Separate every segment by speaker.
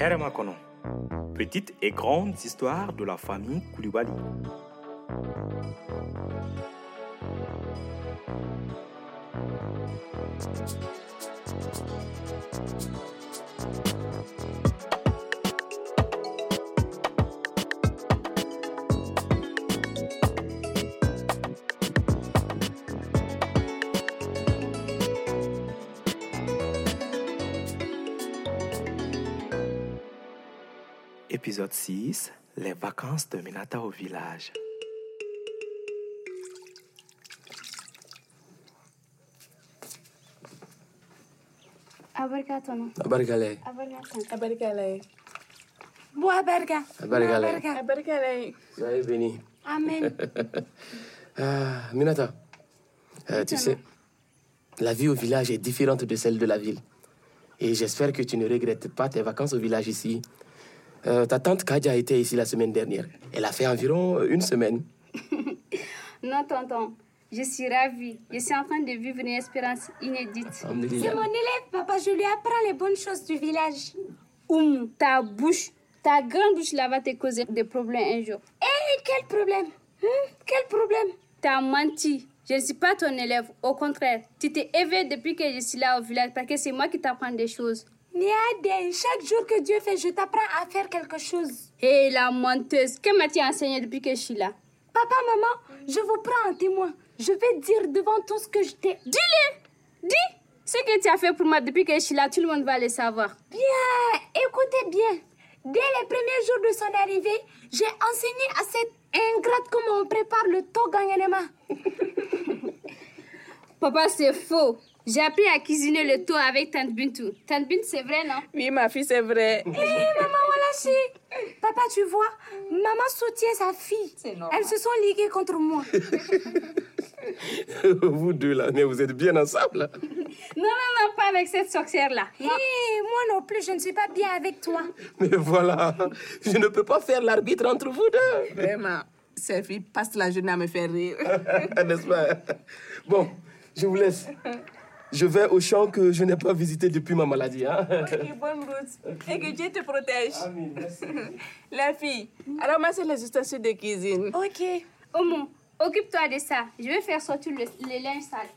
Speaker 1: Heremakono. Petite et grande histoire de la famille Koulibaly. Épisode 6 Les vacances de Minata au village.
Speaker 2: Abarka tono.
Speaker 3: Abarkalai.
Speaker 2: Abarka.
Speaker 4: Abarkalai.
Speaker 2: Bu abarka.
Speaker 3: Abarkalai.
Speaker 4: Abarkalai.
Speaker 3: Soyez bénis.
Speaker 2: Amen.
Speaker 3: Ah, Minata, euh, tu sais, la vie au village est différente de celle de la ville. Et j'espère que tu ne regrettes pas tes vacances au village ici. Euh, ta tante Kaja était ici la semaine dernière. Elle a fait environ euh, une semaine.
Speaker 2: Non, tonton. Je suis ravie. Je suis en train de vivre une expérience inédite.
Speaker 3: Alhamdulillah.
Speaker 2: élève, papa. Je lui apprends les bonnes choses du village. Oum, ta bouche, ta grande bouche là va te causer des problèmes un jour. Hé, quel problème Hein? Quel problème T'as menti. Je ne suis pas ton élève. Au contraire, tu t'es éveillé depuis que je suis là au village parce que c'est moi qui t'apprends des choses.
Speaker 5: Niadé, chaque jour que Dieu fait, je t'apprends à faire quelque chose.
Speaker 2: Hé, la menteuse. Que m'as-tu enseigné depuis que je suis là
Speaker 5: Papa, maman, je vous prends en témoin. Je vais dire devant tout ce que je t'ai.
Speaker 2: Dis-le Dis Ce que tu as fait pour moi depuis que je suis là, tout le monde va le savoir.
Speaker 5: Bien, écoutez bien. Dès les premiers jours de son arrivée, j'ai enseigné à cette ingrate comment on prépare le toganyanema.
Speaker 2: Papa, c'est faux. J'ai appris à cuisiner le thon avec Tante Bintou. Tante Bintou, c'est vrai, non
Speaker 4: Oui, ma fille, c'est vrai.
Speaker 5: Hé, Eh, maman, voilà, si. Papa, tu vois, maman soutient sa fille. Elles se sont liguées contre moi.
Speaker 3: vous deux là, mais vous êtes bien ensemble.
Speaker 2: Non, non, non, pas avec cette sorcière-là.
Speaker 5: Hé, Eh, moi non plus, je ne suis pas bien avec toi.
Speaker 3: Mais voilà, je ne peux pas faire l'arbitre entre vous deux.
Speaker 4: Vraiment. Cette fille passe la journée à me faire rire.
Speaker 3: N'est-ce pas Bon, je vous laisse. Je vais au champ que je n'ai pas visité depuis ma maladie. hein.
Speaker 4: Et bonne route. Et que Dieu te protège.
Speaker 3: Amen, merci.
Speaker 4: La fille, ramasse les ustensiles de cuisine.
Speaker 5: Ok.
Speaker 2: Oumou, Oh occupe-toi de ça. Je vais faire sortir le, le linge sale.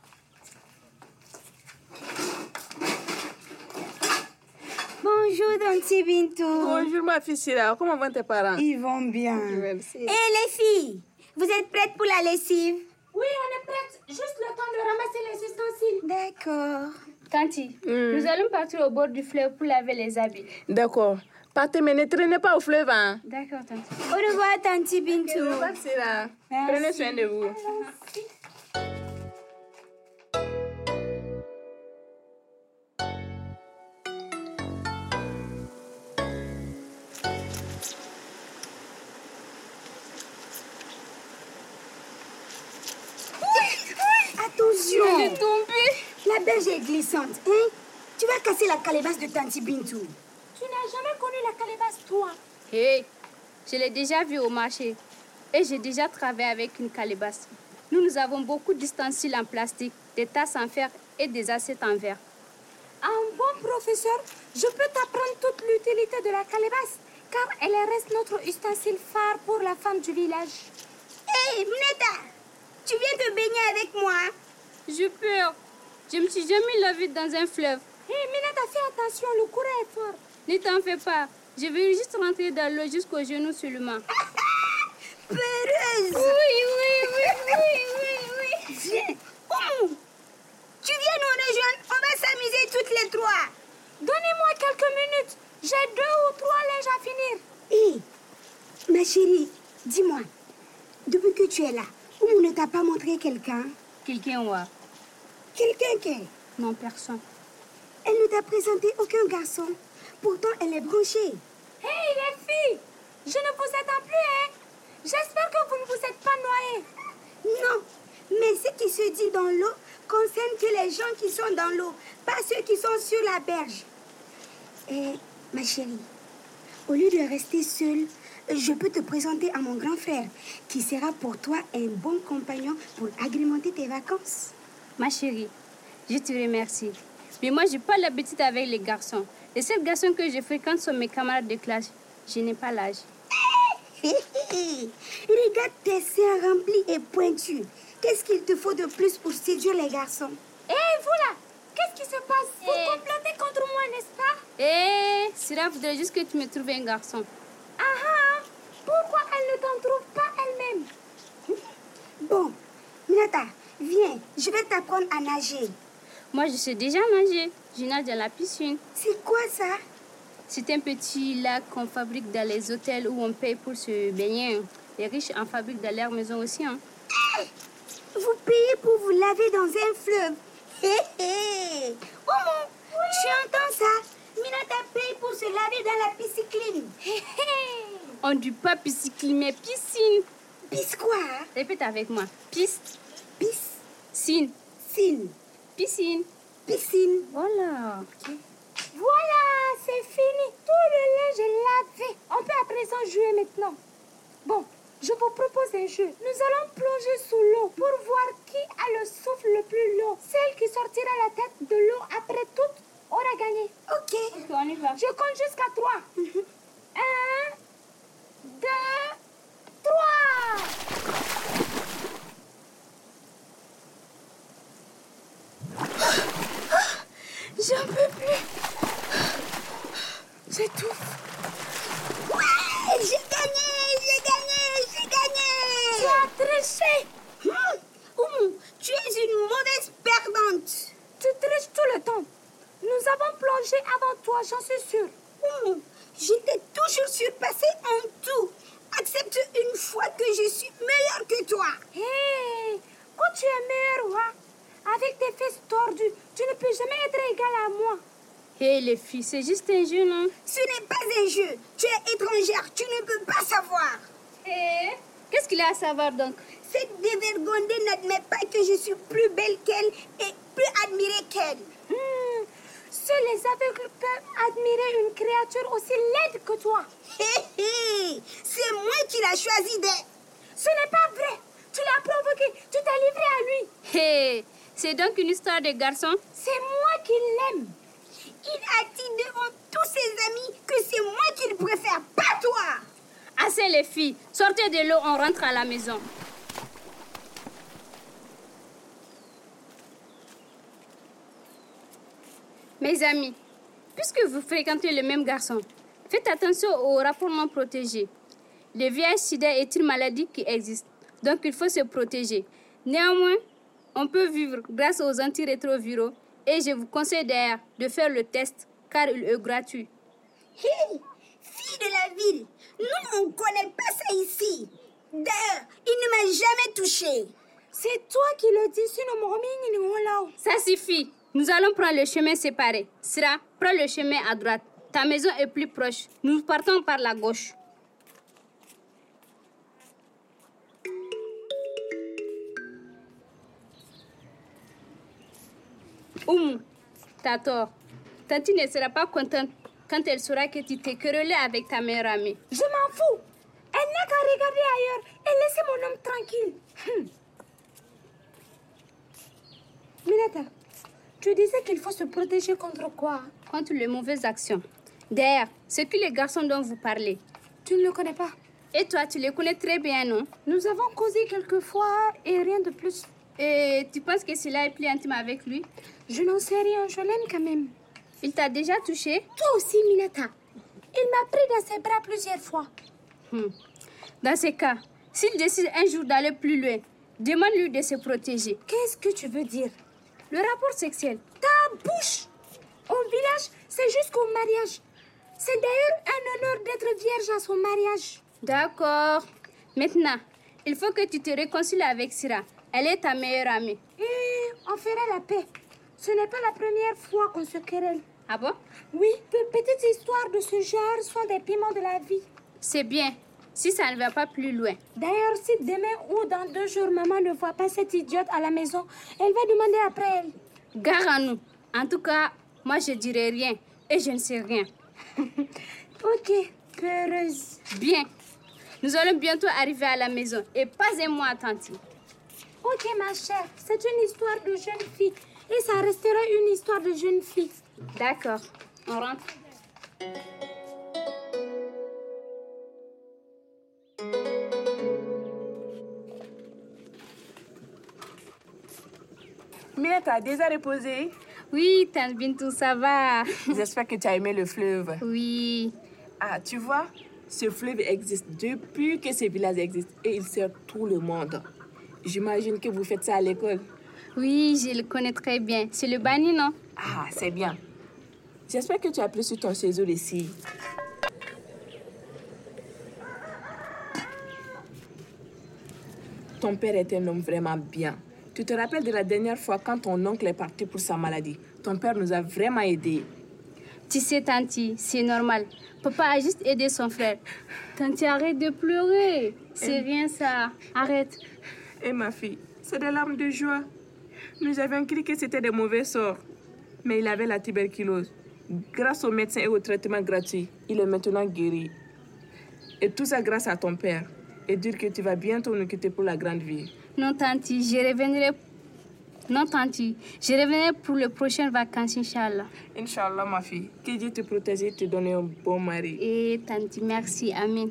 Speaker 6: Bonjour, Tante Bintou.
Speaker 4: Bonjour, ma fille Syrah. Comment vont tes parents?
Speaker 6: Ils vont bien.
Speaker 4: Merci.
Speaker 6: Et Eh, les filles, vous êtes prêtes pour la lessive
Speaker 5: Oui, on est prête. Juste le temps de ramasser les ustensiles.
Speaker 6: D'accord.
Speaker 2: Tanti, nous allons partir au bord du fleuve pour laver les habits.
Speaker 4: D'accord. Partez, mais ne traînez pas au fleuve. Hein?
Speaker 2: D'accord, Tanti.
Speaker 6: Au revoir, Tante
Speaker 4: Au
Speaker 6: Bintou.
Speaker 4: revoir, Syrah. Prenez soin de vous.
Speaker 6: Attention, la berge est glissante. Hein? Tu vas casser la calebasse de Tante Bintou.
Speaker 5: Tu n'as jamais connu la calebasse, toi.
Speaker 2: Hé, je l'ai déjà vu au marché et j'ai déjà travaillé avec une calebasse. Nous, nous avons beaucoup d'ustensiles en plastique, des tasses en fer et des assiettes en verre.
Speaker 5: Un bon professeur, je peux t'apprendre toute l'utilité de la calebasse, car elle reste notre ustensile phare pour la femme du village.
Speaker 6: Hé, Muneta, Eh, tu viens te baigner avec moi hein?
Speaker 2: J'ai peur. Je me suis jamais lavée dans un fleuve.
Speaker 5: Hé, Minata, Eh, fais attention, le courant est fort.
Speaker 2: Ne t'en fais pas. Je vais juste rentrer dans l'eau jusqu'au genou seulement.
Speaker 6: Peureuse. Oui, oui, oui, oui, oui, oui. Viens. Oumou, tu viens nous rejoindre, on va s'amuser toutes les trois.
Speaker 5: Donnez-moi quelques minutes, j'ai deux ou trois linges à finir.
Speaker 6: Hé, ma chérie, dis-moi, depuis que tu es là, Oumou ne t'a pas montré quelqu'un
Speaker 2: Quelqu'un ou
Speaker 6: Quelqu'un qui
Speaker 2: Non, personne.
Speaker 6: Elle ne t'a présenté aucun garçon. Pourtant, elle est branchée.
Speaker 5: Hé, les filles, je ne vous attends plus, hein. J'espère que vous ne vous êtes pas noyées.
Speaker 6: Non, mais ce qui se dit dans l'eau concerne que les gens qui sont dans l'eau, pas ceux qui sont sur la berge. Et ma chérie, au lieu de rester seule, je peux te présenter à mon grand frère, qui sera pour toi un bon compagnon pour agrémenter tes vacances.
Speaker 2: Ma chérie, je te remercie. Mais moi, j'ai pas l'habitude avec les garçons. Les seuls garçons que je fréquente sont mes camarades de classe. Je n'ai pas l'âge.
Speaker 6: Regarde tes seins remplis et pointus. Qu'est-ce qu'il te faut de plus pour séduire les garçons
Speaker 5: Hé, vous là Eh, Qu'est-ce qui se passe Vous
Speaker 2: Eh.
Speaker 5: complotez contre moi, n'est-ce pas
Speaker 2: Hé, Syrah Eh, voudrait juste que tu me trouves un garçon.
Speaker 5: Ah ah Pourquoi elle ne t'en trouve pas elle-même
Speaker 6: Bon, Minata, viens, je vais t'apprendre à nager.
Speaker 2: Moi, je sais déjà nager. Je nage dans la piscine.
Speaker 6: C'est quoi ça
Speaker 2: C'est un petit lac qu'on fabrique dans les hôtels où on paye pour se baigner. hein. Les riches en fabriquent dans leur maison aussi. hein.
Speaker 6: Vous payez pour vous laver dans un fleuve. Hé hé Oumou, tu entends ça Minata paye pour se laver dans la piscine. Hé hé
Speaker 2: On ne dit pas piscine, mais piscine.
Speaker 6: Pisse quoi hein?
Speaker 2: Répète avec moi. Piscine,
Speaker 6: Piscine.
Speaker 2: piscine.
Speaker 6: Piscine.
Speaker 2: Voilà.
Speaker 5: Voilà, c'est fini. Tout le linge est lavé. On peut à présent jouer maintenant. Bon, je vous propose un jeu. Nous allons plonger sous l'eau pour voir qui a le souffle le plus long. Celle qui sortira la tête de l'eau après toute aura gagné.
Speaker 6: Ok.
Speaker 2: Ok, on y va.
Speaker 5: Je compte jusqu'à trois. Un, deux, trois.
Speaker 6: J'en peux plus. J'étouffe. Ouais, j'ai gagné, j'ai gagné, j'ai gagné.
Speaker 5: Tu as triché.
Speaker 6: Hmm, Oumou, tu es une mauvaise perdante.
Speaker 5: Tu triches tout le temps. Nous avons plongé avant toi, j'en suis sûre.
Speaker 6: Oumou, je t'ai toujours surpassé en tout. Accepte une fois que je suis meilleure que toi.
Speaker 5: Hé, quand tu es meilleur, hein, avec tes fesses tordues, tu ne peux jamais être égal à moi.
Speaker 2: Hé, les filles, c'est juste un jeu, non
Speaker 6: Ce n'est pas un jeu. Tu es étrangère, tu ne peux pas savoir.
Speaker 5: Eh?
Speaker 2: Hé, qu'est-ce qu'il y a à savoir donc
Speaker 6: Cette dévergondée n'admet pas que je suis plus belle qu'elle et plus admirée qu'elle.
Speaker 5: Hmm, seuls les aveugles peuvent admirer une créature aussi laide que toi.
Speaker 6: Hé hé, c'est moi qui l'ai choisi d'être.
Speaker 5: Ce n'est pas vrai. Tu l'as provoqué, tu t'es livré à lui.
Speaker 2: Hé, c'est donc une histoire de garçon
Speaker 5: C'est moi qui l'aime.
Speaker 6: Il a dit devant tous ses amis que c'est moi qu'il préfère, pas toi.
Speaker 2: Assez les filles, sortez de l'eau, on rentre à la maison. Mes amis, puisque vous fréquentez le même garçon, faites attention aux rapports non protégés. Le VIH sida est une maladie qui existe, donc il faut se protéger. Néanmoins, on peut vivre grâce aux antirétroviraux et je vous conseille d'ailleurs de faire le test car il est gratuit.
Speaker 6: Hé, fille de la ville, nous on connaît pas ça ici. D'ailleurs, il ne m'a jamais touchée.
Speaker 5: C'est toi qui le dis, sinon mon mini nous là.
Speaker 2: Ça suffit. Nous allons prendre le chemin séparé. Sira, prends le chemin à droite. Ta maison est plus proche. Nous partons par la gauche. Oum, t'as tort. Tanti ne sera pas contente quand elle saura que tu t'es querellé avec ta meilleure amie.
Speaker 5: Je m'en fous. Elle n'a qu'à regarder ailleurs et laisser mon homme tranquille. Hum. Minata, tu disais qu'il faut se protéger contre quoi hein?
Speaker 2: Contre les mauvaises actions. D'ailleurs, ce que les garçons dont vous parlez.
Speaker 5: Tu ne le connais pas.
Speaker 2: Et toi, tu les connais très bien, non
Speaker 5: Nous avons causé quelques fois et rien de plus.
Speaker 2: Et tu penses que cela est plus intime avec lui
Speaker 5: Je n'en sais rien, je l'aime quand même.
Speaker 2: Il t'a déjà touché
Speaker 5: Toi aussi, Minata. Il m'a pris dans ses bras plusieurs fois.
Speaker 2: Hmm. Dans ce cas, s'il décide un jour d'aller plus loin, demande-lui de se protéger.
Speaker 5: Qu'est-ce que tu veux dire
Speaker 2: Le rapport sexuel,
Speaker 5: Ta bouche Au village, c'est jusqu'au mariage. C'est d'ailleurs un honneur d'être vierge à son mariage.
Speaker 2: d'accord. Maintenant, il faut que tu te réconcilies avec Syrah. Elle est ta meilleure amie.
Speaker 5: Et on fera la paix. Ce n'est pas la première fois qu'on se querelle.
Speaker 2: Ah bon
Speaker 5: Oui, de petites histoires de ce genre sont des piments de la vie.
Speaker 2: C'est bien, si ça ne va pas plus loin.
Speaker 5: D'ailleurs, si demain ou dans deux jours, maman ne voit pas cette idiote à la maison, elle va demander après elle.
Speaker 2: Gare à nous. En tout cas, moi je dirai rien et je ne sais rien.
Speaker 5: Ok, peureuse.
Speaker 2: Bien, nous allons bientôt arriver à la maison et pas un mot attentif.
Speaker 5: Ok, ma chère, c'est une histoire de jeune fille. et ça restera une histoire de jeune fille.
Speaker 2: D'accord, on rentre.
Speaker 4: Minata, déjà reposé
Speaker 2: Oui, Tanbintou, ça va.
Speaker 4: J'espère que tu as aimé le fleuve.
Speaker 2: Oui.
Speaker 4: Ah, tu vois, ce fleuve existe depuis que ce village existe et il sert tout le monde. J'imagine que vous faites ça à l'école.
Speaker 2: Oui, je le connais très bien. C'est le bani, non
Speaker 4: Ah, c'est bien. J'espère que tu as pris sur ton séjour ici. Ton père est un homme vraiment bien. Tu te rappelles de la dernière fois quand ton oncle est parti pour sa maladie. Ton père nous a vraiment aidés.
Speaker 2: Tu sais, Tanti, c'est normal. Papa a juste aidé son frère. Tanti, arrête de pleurer. C'est rien ça. Arrête.
Speaker 4: Et Eh, ma fille, c'est des larmes de joie. Nous avions cru que c'était des mauvais sorts. Mais il avait la tuberculose. Grâce aux médecins et aux traitements gratuits, il est maintenant guéri. Et tout ça grâce à ton père. Et dire que tu vas bientôt nous quitter pour la grande vie.
Speaker 2: Non, Tanti, je reviendrai. Non, Tanti, je reviendrai pour les prochaines vacances, Inch'Allah.
Speaker 4: Inch'Allah, ma fille, que Dieu te protège et te donne un bon mari.
Speaker 2: Et Tanti, merci. Amen.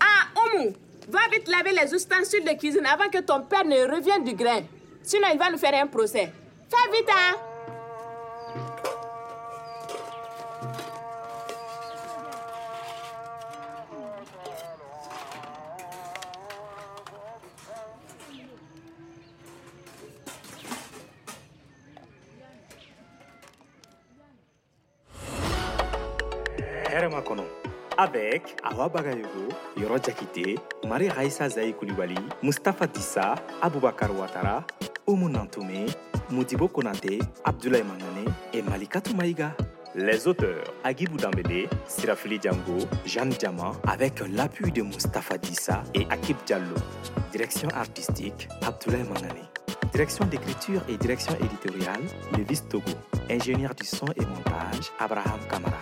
Speaker 4: Ah, Oumou, va vite laver les ustensiles de cuisine avant que ton père ne revienne du grain. Sinon, il va nous faire un procès. Fais vite, hein!
Speaker 1: Herma Kono. Avec Awa Bagayoko, Yoro Jakite, Marie Raissa Zaï Koulibaly, Mustafa Tissa, Aboubakar Ouattara, Oumou Nantoume, Moudibo Konate, Abdoulaye Mangane et Malika Toumaïga. Les auteurs Agibou Dambélé, Sirafili Django, Jeanne Diamant, avec l'appui de Mustafa Dissa et Akib Diallo. Direction artistique Abdoulaye Mangane. Direction d'écriture et direction éditoriale Levis Togo. Ingénieur du son et montage Abraham Kamara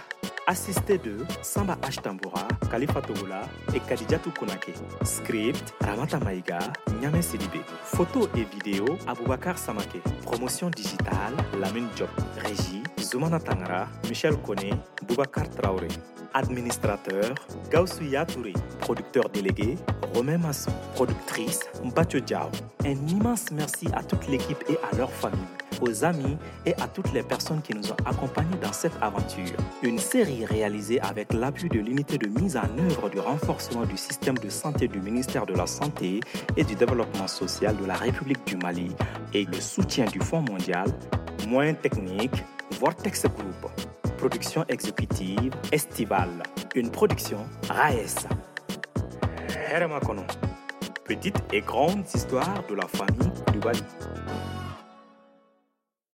Speaker 1: assisté de Samba Ashtambora, Khalifa Togola et Kadijatou Konake. Script, Ramata Maïga, Nyame Sidibé. Photos et vidéos, Aboubakar Samake. Promotion digitale, Lamine Job. Régie, Zoumana Tangara, Michel Kone, Boubacar Traoré. Administrateur, Gaoussouya Touré. Producteur délégué, Romain Masson. Productrice, Mbatio Diao. Un immense merci à toute l'équipe et à leur famille aux amis et à toutes les personnes qui nous ont accompagnés dans cette aventure. Une série réalisée avec l'appui de l'unité de mise en œuvre du renforcement du système de santé du ministère de la Santé et du Développement social de la République du Mali et le soutien du Fonds mondial, moyens techniques, Vortex Group. Production exécutive estivale. Une production RAES. Herma Kono. Petite et grande histoire de la famille du Mali.